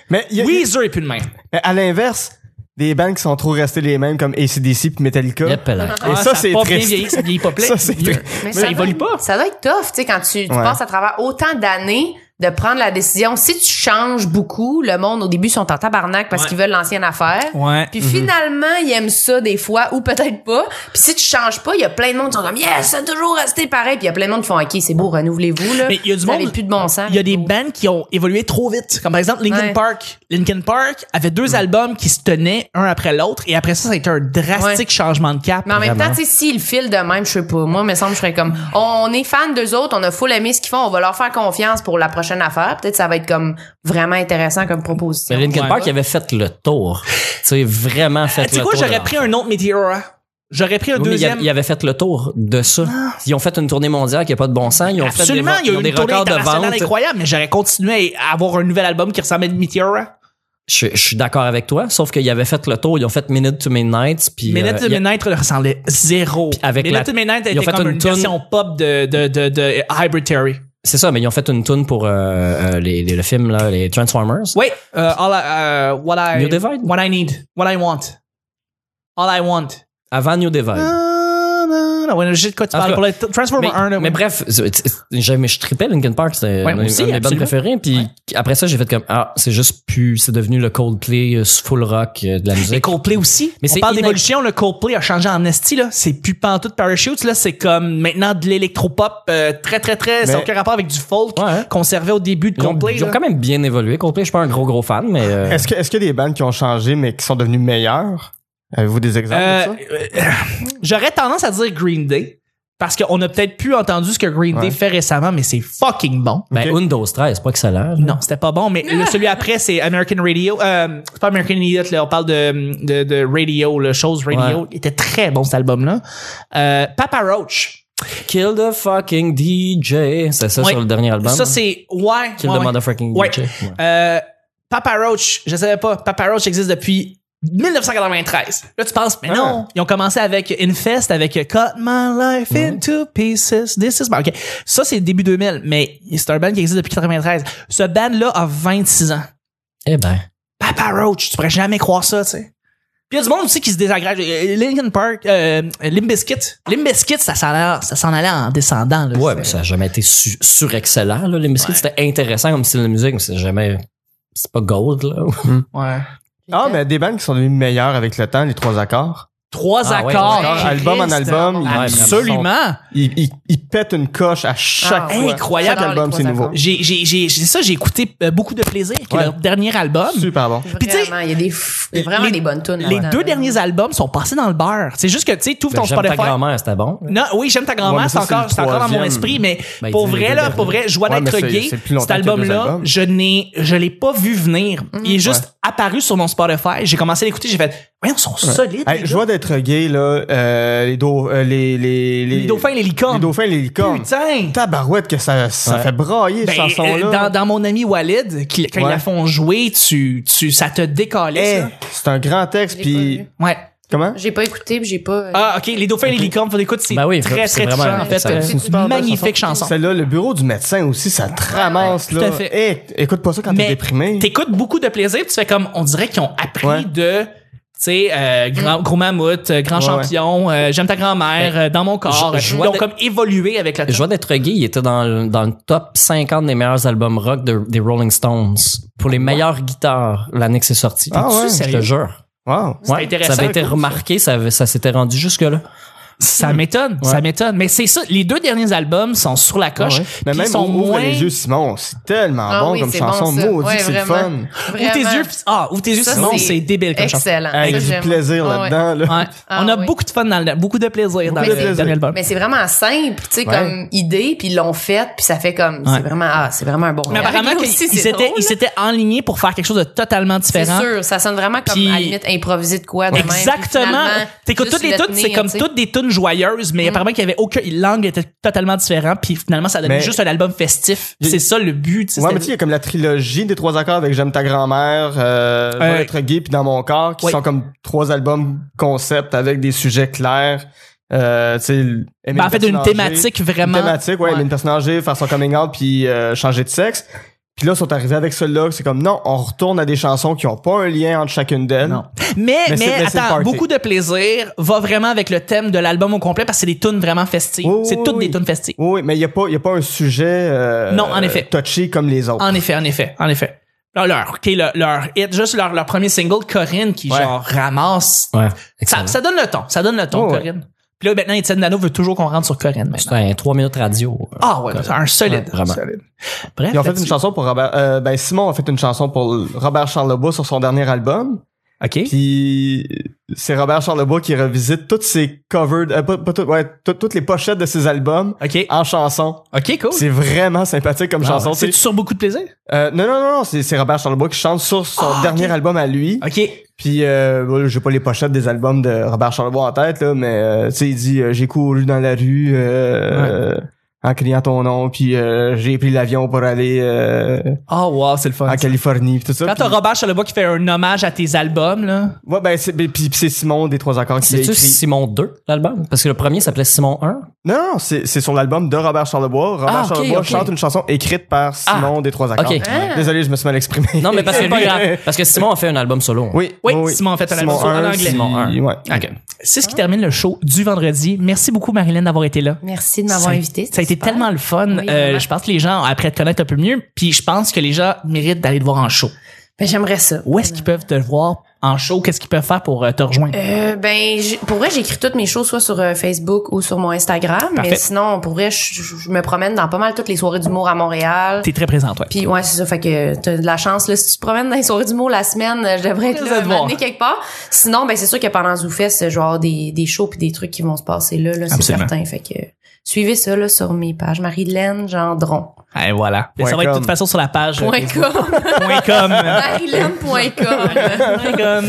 S1: Mais il y a-
S3: Weezer est plus le même.
S1: mais à l'inverse, des bands qui sont trop restés les mêmes comme ACDC puis Metallica.
S4: Il est pelé.
S1: Et
S3: Ah,
S1: ça,
S3: a
S1: c'est
S3: pas
S1: triste.
S3: bien vieilli, ça vieillit pas plein.
S1: Ça, c'est triste.
S2: Mais
S3: ça évolue
S2: doit-
S3: pas.
S2: Ça doit être tough, tu sais, quand tu, tu
S1: Ouais.
S2: passes à travers autant d'années de prendre la décision. Si tu changes beaucoup, le monde, au début, sont en tabarnak parce
S3: Ouais.
S2: qu'ils veulent l'ancienne affaire.
S3: Ouais.
S1: Mm-hmm.
S2: Puis finalement, ils aiment ça des fois, ou peut-être pas. Puis si tu changes pas, il y a plein de monde qui sont comme « Yes, ça a toujours resté pareil! » Puis il y a plein de monde qui font « Ok, c'est beau, renouvelez-vous, là.
S3: Mais il y a du
S2: Vous avez
S3: monde-
S2: plus de bon sens. »
S3: Il y a des bands qui ont évolué trop vite. Comme par exemple Linkin
S2: Ouais.
S3: Park. Linkin Park avait deux albums qui se tenaient un après l'autre et après ça, ça a été un drastique
S2: Ouais.
S3: changement de cap.
S2: Mais en même temps,
S4: Vraiment.
S2: tu sais, s'ils filent de même, je sais pas. Moi, il me semble que je serais comme, on est fan d'eux autres, on a full aimé ce qu'ils font, on va leur faire confiance pour la prochaine affaire. Peut-être que ça va être comme vraiment intéressant comme proposition.
S4: Mais Linkin
S3: Ouais.
S4: Park, il avait fait le tour. Tu sais, vraiment fait
S3: tu sais
S4: le
S3: quoi,
S4: tour.
S3: j'aurais pris un autre Meteora. J'aurais pris un
S4: Oui, mais il y a-
S3: deuxième. Ah.
S4: il avait fait le tour de ça. Ils ont fait une tournée mondiale qui n'a pas de bon sens. Ils ont
S3: Absolument,
S4: fait des,
S3: il y
S4: ils
S3: a
S4: ont
S3: eu
S4: des
S3: une tournée
S4: records de
S3: internationale
S4: vente.
S3: incroyable, mais j'aurais continué à avoir un nouvel album qui ressemblait à Meteora.
S4: Je, je suis d'accord avec toi, sauf qu'ils avaient fait le tour. Ils ont fait Minute to Midnight. Puis,
S3: Mais
S4: euh,
S3: Minute to
S4: il y a-
S3: Midnight ressemblait zéro.
S4: Puis avec
S3: Minute
S4: la-
S3: to Midnight
S4: ils ont
S3: était
S4: fait
S3: comme
S4: une
S3: une
S4: toune-
S3: version pop de, de, de, de Hybrid Theory.
S4: C'est ça, mais ils ont fait une tune pour euh, euh, les, les- le film, là, les Transformers.
S3: Oui, euh, all I- euh, what I
S4: New Divide?
S3: what I need, what I want, all I want.
S4: Avant New Divide.
S3: Ah, non, non, ouais, je sais de quoi tu
S4: En
S3: parles.
S4: tout
S3: Pour le t- Transformer
S4: Mais,
S3: 1, là,
S4: mais
S3: ouais.
S4: bref, c'est- c'est- j'aimais- je tripais Linkin Park, c'était
S3: Ouais,
S4: un,
S3: moi aussi,
S4: un de mes bandes
S3: absolument.
S4: préférées. Puis après ça, j'ai fait comme ah, c'est juste plus, c'est devenu le Coldplay euh, full rock euh, de la
S3: Et
S4: musique.
S3: Coldplay aussi.
S4: Mais
S3: Mais On
S4: c'est
S3: parle
S4: inac-
S3: d'évolution, le Coldplay a changé en esti, là. C'est plus pantoute parachute, là. C'est comme maintenant de l'électropop, euh, très, très, très,
S1: Mais-
S3: sans aucun rapport avec du folk
S4: Ouais, hein.
S3: qu'on servait au début de
S4: Ils ont,
S3: Coldplay.
S4: ils ont
S3: là.
S4: quand même bien évolué. Coldplay, je suis pas un gros gros fan, mais euh,
S1: Est-ce que, est-ce qu'il y a des bands qui ont changé mais qui sont devenus meilleurs? Avez-vous des exemples
S3: Euh,
S1: de ça?
S3: euh, J'aurais tendance à dire Green Day. Parce qu'on a peut-être plus entendu ce que Green Day
S1: Ouais.
S3: fait récemment, mais c'est fucking bon.
S4: Ben,
S1: Ok.
S4: une dose 13, c'est pas excellent. là.
S3: Non, c'était pas bon, mais le- celui après, c'est American Radio. Euh, c'est pas American Idiot, là, on parle de, de, de Radio, le Shows Radio.
S4: Ouais.
S3: Il était très bon, cet album-là. Euh, Papa Roach.
S4: Kill the fucking DJ. C'est ça
S3: Ouais.
S4: sur le dernier album.
S3: Ça, c'est... Ouais.
S4: Kill
S3: ouais,
S4: the
S3: ouais.
S4: motherfucking
S3: Ouais.
S4: DJ. Ouais.
S3: Euh, Papa Roach, je savais pas, Papa Roach existe depuis 1993. Là, tu penses,
S4: Ah.
S3: mais non, ils ont commencé avec Infest, avec Cut My
S4: Mm.
S3: Life into Pieces, This Is My... OK, ça, c'est début 2000, mais c'est un band qui existe depuis 93. Ce band-là a 26 ans.
S4: Eh ben.
S3: Papa Roach, tu pourrais jamais croire ça, tu sais. Puis il y a du monde aussi qui se désagrège. Euh, Linkin Park, euh, Limbiskit. Limbiskit, ça s'en allait, ça s'en allait en descendant. Là,
S4: Ouais,
S3: C'est-
S4: mais ça a jamais été su- surexcellent, là. Les biscuits, c'était intéressant comme style de musique, mais c'est jamais. C'est pas gold, là.
S3: Ouais.
S1: Ah, mais des bandes qui sont devenues meilleures avec le temps, les trois accords.
S3: Trois
S4: Ah ouais,
S2: Oh,
S3: accords.
S1: trois accords, album en album,
S2: Ah,
S4: Ouais,
S3: Absolument.
S1: Ils, ils, ils pètent une coche à chaque
S2: Ah,
S1: fois.
S3: incroyable,
S1: Chaque
S2: j'adore les
S1: album,
S2: trois
S1: c'est nouveau.
S2: accords.
S3: J'ai, j'ai, j'ai, j'ai- ça, j'ai écouté euh, beaucoup de plaisir, qui est
S1: Ouais.
S3: leur dernier album.
S1: Super bon.
S3: Puis tu sais,
S2: Vraiment, il y a des, f- il y a vraiment
S3: les-
S2: des bonnes tunes.
S3: Les
S2: là-dedans,
S3: deux
S2: là.
S3: derniers albums sont passés dans le beurre. C'est juste que, tu sais, tout
S4: Ben,
S3: ton
S4: J'aime ta
S3: Spotify.
S4: grand-mère, c'était bon.
S3: Non, oui, j'aime ta
S1: Ouais,
S3: grand-mère,
S1: mais
S3: c'est
S1: ça, c'est
S3: encore,
S1: le
S3: c'est encore dans mon
S1: troisième.
S3: esprit, mais
S4: Ben, il
S3: pour
S4: dit les
S3: vrai,
S4: deux
S3: là,
S4: derniers.
S3: pour vrai, Joie
S1: Ouais, mais
S3: d'être
S1: c'est-
S3: gay,
S1: c'est plus longtemps
S3: cet
S1: qu'il y a deux
S3: album-là,
S1: albums. Mm.
S3: je n'ai, je l'ai pas vu venir. Il est juste
S1: Ouais.
S3: apparu sur mon Spotify. J'ai commencé à l'écouter, j'ai fait, voyons, ils sont solides.
S1: Hey,
S3: les
S1: je
S3: gars.
S1: vois d'être gay, là, euh, les, do- euh, les, les,
S3: Les dauphins et les
S1: Les
S3: licornes.
S1: dauphins et les licornes.
S3: Putain!
S1: Tabarouette que ça, ça
S4: Ouais.
S1: fait brailler,
S3: Ben,
S1: cette chanson-là.
S3: euh, dans, dans mon ami Walid, qui- quand ils
S1: Ouais.
S3: la font jouer, tu, tu, ça te décalait,
S1: Eh, c'est un grand texte,
S2: Je l'ai pas
S1: puis...
S2: vu.
S3: Ouais.
S1: Comment?
S2: J'ai pas écouté, puis j'ai pas.
S3: Ah, ok, les dauphins et les licornes, faut écouter, c'est
S4: Ben oui,
S3: très,
S4: c'est
S3: très
S4: vraiment-
S3: touchant, en fait.
S4: c'est
S3: Euh,
S4: une
S1: super belle
S3: magnifique chanson.
S1: Celle-là, le bureau du médecin aussi, ça te ramasse,
S3: tout
S1: là.
S3: à fait.
S1: Eh, écoute pas ça quand t'es
S3: Mais
S1: déprimé.
S3: T'écoutes beaucoup de plaisir, puis tu fais comme, on dirait qu'ils ont appris
S1: Ouais.
S3: de, tu sais, euh, grand, gros mammouth, euh, grand
S1: Ouais, Ben, ouais.
S3: champignon, euh, j'aime ta grand-mère, euh, dans mon corps.
S4: je- je
S3: Ils
S4: vois
S3: ont
S4: de-
S3: comme évolué avec la
S4: Joie d'être gay, il était dans, le- dans le top 50 des meilleurs albums rock de- des Rolling Stones. Pour les meilleures guitares, l'année que c'est sorti.
S1: Ah
S4: T'es-tu
S1: ouais?
S4: Je
S3: Sérieux?
S4: te jure.
S1: Wow.
S3: C'est intéressant.
S4: Ça avait été
S3: cool,
S4: remarqué, ça, avait- ça s'était rendu jusque-là.
S3: Ça m'étonne, ça m'étonne. Mais c'est ça, les deux derniers albums sont sur la coche,
S1: Mais
S3: puis
S1: même
S3: ils sont
S1: on ouvre
S3: moins...
S1: les yeux, Simon, c'est tellement
S2: Ah
S1: bon
S2: oui,
S1: comme
S2: c'est bon,
S1: chanson.
S2: ça.
S1: Maudit
S2: Ouais,
S1: que c'est le fun.
S2: vraiment.
S3: Ouvre tes
S2: Vraiment.
S3: yeux, puis- ah, ouvre tes yeux,
S2: Ça,
S3: sinon
S2: c'est
S3: c'est débile comme chanson.
S2: Excellent. Ça,
S1: Avec du
S2: j'aime.
S1: plaisir
S2: Ah ouais.
S1: là-dedans. Là.
S3: Ouais.
S2: Ah,
S3: on a
S2: oui.
S3: beaucoup de fun dans le, beaucoup de plaisir dans
S1: de
S3: le
S1: plaisir.
S3: dernier album.
S2: Mais c'est vraiment simple, tu sais,
S1: Ouais.
S2: comme idée, puis ils l'ont faite, puis ça fait comme,
S3: Ouais.
S2: c'est vraiment, ah, c'est vraiment un bon.
S3: Mais
S2: regard.
S3: apparemment,
S2: Lui
S3: qu'ils-
S2: aussi,
S3: ils
S2: c'est
S3: s'étaient
S2: drôle,
S3: ils
S2: là.
S3: s'étaient enlignés pour faire quelque chose de totalement différent.
S2: C'est sûr, ça sonne vraiment comme
S3: Puis-
S2: à la limite improvisé de quoi. de même, puis
S3: Exactement.
S2: finalement,
S3: T'écoutes
S2: juste
S3: toutes les
S2: le
S3: tunes, c'est
S2: tenir,
S3: comme
S2: tu sais. Mm.
S3: toutes des tunes joyeuses, mais apparemment qu'il y avait aucun l'angle était totalement différent, puis finalement ça donnait
S1: Mais-
S3: juste un album festif.
S1: Il-
S3: C'est ça le but. tu sais,
S1: Ouais, mais tu sais, il
S3: c'était-
S1: y a comme la trilogie des trois accords avec J'aime ta grand-mère, euh, Je veux
S3: Euh,
S1: être gay puis dans mon corps, qui
S3: ouais.
S1: sont comme trois albums concept avec des sujets clairs. Euh, tu sais, aimer
S3: Ben, en
S1: une
S3: fait,
S1: personne
S3: une
S1: âgée,
S3: thématique vraiment.
S1: Une thématique, ouais,
S3: Ouais.
S1: aimer une personne âgée, faire son coming out puis euh, changer de sexe. Puis là, ils sont arrivés avec ceux-là, c'est comme non, on retourne à des chansons qui ont pas un lien entre chacune d'elles.
S3: Non. Mais,
S1: Mais
S3: mais,
S1: c'est- mais c'est le
S3: attends,
S1: party.
S3: beaucoup de plaisir va vraiment avec le thème de l'album au complet parce que c'est des tunes vraiment festives.
S1: Oui,
S3: c'est
S1: oui,
S3: toutes
S1: oui.
S3: des tunes festives.
S1: Oui, oui, mais il y a pas, il y a pas un sujet euh,
S3: Non, en effet.
S1: touché comme les autres.
S3: En effet, en effet, en effet. Leur, leur, ok, leur, leur hit, juste leur, leur premier single, Corinne, qui
S1: Ouais.
S3: genre ramasse.
S4: Ouais.
S3: Ça,
S4: Excellent.
S3: ça donne le ton, ça donne le ton,
S1: Oh, ouais.
S3: Corinne. Puis là, maintenant, Étienne Dano veut toujours qu'on rentre sur Corinne
S4: C'est
S3: maintenant.
S4: un 3 minutes radio.
S3: Ah ouais, c'est un solide.
S4: Ouais, vraiment.
S3: solide. Bref,
S1: Ils ont fait
S3: là-dessus.
S1: une chanson pour Robert. euh, ben Simon a fait une chanson pour Robert Charlebois sur son dernier album.
S3: OK.
S1: Puis c'est Robert Charlebois qui revisite toutes ses covers, euh, pas- pas toutes- ouais, toutes- toutes les pochettes de ses albums
S3: OK.
S1: en chanson.
S3: OK, cool.
S1: C'est vraiment sympathique comme chanson.
S3: C'est
S1: c'est-
S3: sur beaucoup de plaisir.
S1: Euh, non, non, non, non, c'est c'est Robert Charlebois qui chante sur son
S3: Ah, ok.
S1: dernier album à lui.
S3: OK.
S1: Puis euh, bon, j'ai pas les pochettes des albums de Robert Charlebois en tête là, mais euh, tu sais il dit euh, j'ai couru dans la rue euh, euh, en criant ton nom, puis euh, j'ai pris l'avion pour aller euh,
S3: Oh wow, c'est le fun.
S1: en Californie, puis tout ça.
S3: Quand t'as
S1: Puis-
S3: Robert Charlebois qui fait un hommage à tes albums, là.
S1: ouais ben c'est ben, puis puis c'est Simon des trois accords qui l'a
S4: C'est-tu
S1: écrit.
S4: Simon 2, l'album? Parce que le premier s'appelait Simon 1.
S1: Non, non, c'est c'est sur l'album de Robert Charlebois. Robert
S4: Ah, ok,
S1: Charlebois
S4: ok.
S1: chante une chanson écrite par Simon des trois accords.
S4: ok.
S2: Ah.
S1: Désolé, je me suis mal exprimé.
S4: Non, mais parce que
S1: C'est pas
S4: lui,
S1: grave.
S4: parce que Simon a fait un album solo.
S1: Oui,
S3: Oui, Simon a fait un album
S1: Simon
S3: sur- en
S1: un,
S3: anglais.
S4: Simon un.
S1: si- ouais.
S3: OK. C'est ce qui termine le show du vendredi. Merci beaucoup, Marilyn, d'avoir été là.
S2: Merci de m'avoir
S3: Ça-
S2: invité.
S3: Ça a été
S2: super.
S3: tellement le fun.
S2: Oui,
S3: Euh,
S2: vraiment.
S3: je pense que les gens, après te connaître un peu mieux, puis je pense que les gens méritent d'aller te voir en show.
S2: Ben, j'aimerais ça.
S3: Où est-ce qu'ils peuvent te voir en show? Qu'est-ce qu'ils peuvent faire pour euh, te rejoindre?
S2: Euh, ben, j'ai- pour vrai, j'écris toutes mes choses soit sur euh, Facebook ou sur mon Instagram.
S3: Parfait.
S2: Mais sinon, pour vrai, je je me promène dans pas mal toutes les soirées d'humour à Montréal.
S3: T'es très présent, toi.
S2: Puis ouais, c'est ça. Fait que t'as de la chance. Là, si tu te promènes dans les soirées d'humour la semaine, euh, je devrais être
S3: Vous
S2: là,
S3: êtes voir.
S2: m'amener quelque part. Sinon, ben c'est sûr que pendant Zoufest, je vais avoir des, des shows puis des trucs qui vont se passer là. là c'est
S3: Absolument.
S2: certain. Fait que Suivez ça là, sur mes pages. Marilyn Gendron.
S3: Et voilà.
S1: Point
S3: ça va être de
S1: com.
S3: toute façon sur la page. euh,
S2: Point com.
S3: Point com.
S2: Marilyn.com.
S3: Point com.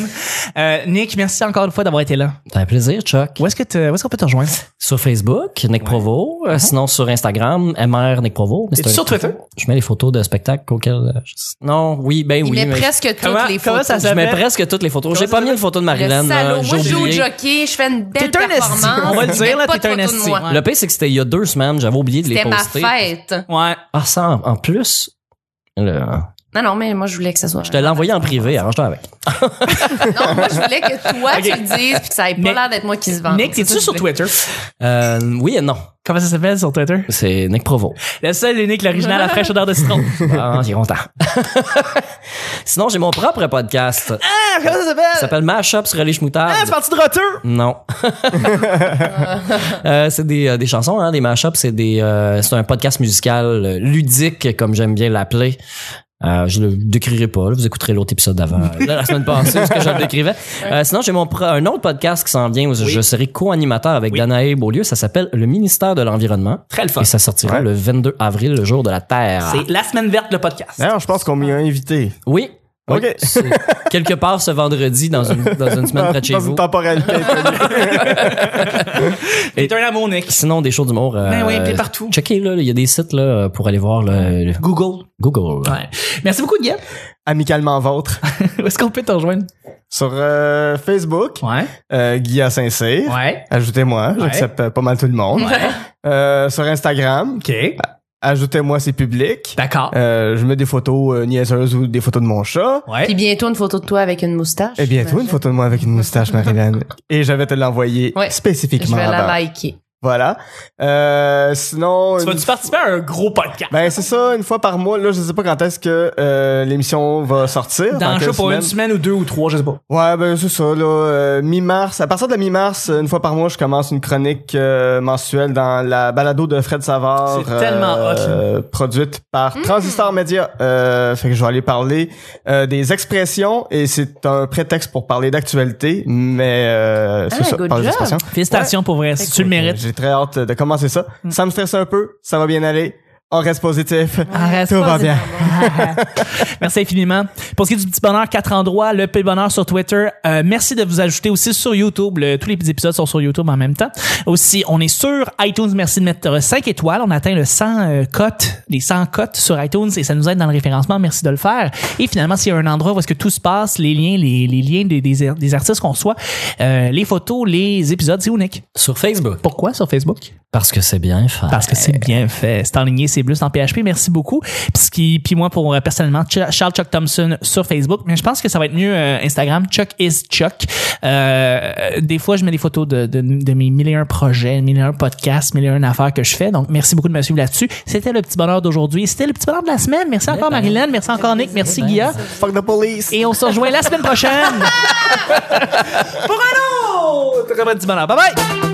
S3: Euh, Nick, merci encore une fois d'avoir été là.
S4: T'as un plaisir, Chuck.
S3: Où est-ce que te- où est-ce qu'on peut te rejoindre?
S4: Sur Facebook, Nick Provo. Euh, Sinon, sur Instagram, MR Nick Provo. Mais c'est
S3: Uh-huh. Es-tu
S4: un-
S3: sur Twitter?
S4: Je mets les photos de spectacles auxquels... euh, je- Non, oui, ben
S2: Il
S4: oui.
S2: met
S4: mais-
S2: presque toutes
S3: Comment-
S2: les
S3: comment
S2: photos.
S3: ça
S4: Je mets
S3: s'appelle?
S4: presque toutes les photos. J'ai
S3: Comment ça
S4: pas mis une photo
S2: le
S4: de Marilyn.
S2: salaud.
S4: là,
S2: Moi,
S4: j'ai
S2: je joue au
S4: oublié.
S2: jockey, je fais une belle
S3: T'es un esti,
S2: performance.
S3: on va le
S2: Je mets
S3: dire, là,
S2: pas de
S3: t'es un
S2: photos de
S3: esti.
S2: moi.
S4: Le pire, c'est que c'était il y a deux semaines. J'avais oublié de les
S2: C'était ma
S4: poster.
S2: fête.
S3: Ouais.
S4: Ah, ça, en plus. Le-
S2: Non, non, mais moi, je voulais que ça soit.
S4: Je te l'ai envoyé en privé. Arrange-toi avec.
S2: Non, moi, je voulais que toi, tu le dises puis que ça ait
S3: Mais-
S2: pas l'air d'être moi qui se vante.
S3: Nick,
S2: C'est ça
S3: t'es-tu
S2: que
S3: sur
S2: je voulais.
S3: Twitter?
S4: Euh, oui et non.
S3: Comment ça s'appelle sur Twitter?
S4: C'est Nick Provo.
S3: Le seul, l'unique, l'original, la fraîche odeur de citron.
S4: Ah, j'ai content.
S3: hein.
S4: Sinon, j'ai mon propre podcast.
S3: Ah, comment ça
S4: Ça
S3: s'appelle?
S4: s'appelle Mashup sur les Schmoutards.
S3: Ah, c'est parti de retour!
S4: Non. Euh, c'est des, euh, des chansons, hein, des mashups. C'est des, euh, c'est un podcast musical euh, ludique, comme j'aime bien l'appeler. Euh, je le décrirai pas. là. Vous écouterez l'autre épisode d'avant. Là, la semaine passée, ce que je le décrivais. Euh, sinon, j'ai mon pro- un autre podcast qui s'en vient où je serai co-animateur avec
S3: Oui.
S4: Danae Beaulieu. Ça s'appelle Le ministère de l'Environnement.
S3: Très le fun.
S4: Et ça sortira
S1: Ouais.
S4: le 22 avril, le jour de la Terre.
S3: C'est la semaine verte, le podcast.
S1: D'ailleurs, je pense qu'on m'y a invité.
S4: Oui. Oui.
S1: Ok.
S4: C'est quelque part ce vendredi dans une, dans une semaine près de chez
S1: dans
S4: vous.
S1: une temporalité.
S3: T'es un amour, Nick.
S4: Sinon, des shows d'humour. euh,
S3: Ben oui, t'es partout.
S4: Checkez, là, il y a des sites là, pour aller voir là, le
S3: Google.
S4: Google.
S3: Ouais. Merci beaucoup, Guillaume.
S1: Amicalement vôtre.
S3: Où est-ce qu'on peut te rejoindre?
S1: Sur euh, Facebook,
S3: Ouais.
S1: euh, Guy à Saint-Cyr.
S3: Ouais.
S1: Ajoutez-moi,
S3: Ouais.
S1: j'accepte euh, pas mal tout le monde. Euh, sur Instagram,
S3: OK.
S1: ajoutez-moi, c'est public.
S3: D'accord.
S1: Euh, je mets des photos euh, niaiseuses ou des photos de mon chat.
S3: Ouais.
S2: Puis bientôt, une photo de toi avec une moustache. Ben,
S1: Et Eh. bientôt, une
S2: j'imagine.
S1: photo de moi avec une moustache, Marilyn. Et je vais te l'envoyer
S2: Ouais. Je
S1: spécifiquement
S2: vais la
S1: avant.
S2: liker.
S1: Voilà. Euh, sinon...
S3: Tu
S1: une-
S3: vas-tu participer à un gros podcast?
S1: Ben, c'est ça, une fois par mois. Là, je sais pas quand est-ce que euh, l'émission va sortir.
S3: Dans
S1: dans
S3: un show
S1: quelle
S3: pour une semaine ou deux ou trois, je sais pas.
S1: Ouais, ben c'est ça, là. euh, mi-mars, à partir de la mi-mars, euh, une fois par mois, je commence une chronique euh, mensuelle dans la balado de Fred Savard.
S3: C'est tellement
S1: euh, Produite par Transistor Media. Euh, fait que je vais aller parler euh, des expressions et c'est un prétexte pour parler d'actualité, mais euh, c'est
S2: Ah,
S1: ça,
S2: good
S1: parler
S2: job.
S1: d'expressions. Euh,
S3: Félicitations pour vrai. Si tu le mérites.
S1: J'ai très hâte de commencer ça. Ça me stresse un peu, ça va bien aller. On reste positif.
S3: Arrête
S1: Tout va bien.
S3: Merci infiniment. Pour ce qui est du petit bonheur, quatre endroits, le petit bonheur sur Twitter. Euh, merci de vous ajouter aussi sur YouTube. Le- tous les petits épisodes sont sur YouTube en même temps. Aussi, on est sur iTunes. Merci de mettre 5 étoiles. On atteint le 100 euh, cotes, les 100 cotes sur iTunes et ça nous aide dans le référencement. Merci de le faire. Et finalement, s'il y a un endroit où est-ce que tout se passe, les liens, les, les liens des, des, des artistes qu'on reçoit, euh, les photos, les épisodes, c'est unique.
S4: Sur Facebook.
S3: Pourquoi sur Facebook?
S4: Parce que c'est bien fait.
S3: Parce que c'est bien fait. C'est enligné, c'est plus en PHP. Merci beaucoup. Puis, ce qui- puis moi, pour euh, personnellement, Ch- Charles Chuck Thompson sur Facebook. Mais je pense que ça va être mieux euh, Instagram. Chuck is Chuck. Euh, des fois, je mets des photos de, de, de mes mille et un projets, mille et un podcasts, mille et un affaires que je fais. Donc, merci beaucoup de me suivre là-dessus. C'était le petit bonheur d'aujourd'hui. C'était le petit bonheur de la semaine. Merci encore, Marilyn. Merci encore, Nick. Merci, Guilla.
S1: Fuck the police.
S3: Et on se rejoint la semaine prochaine. pour un autre petit bonheur. Bye bye.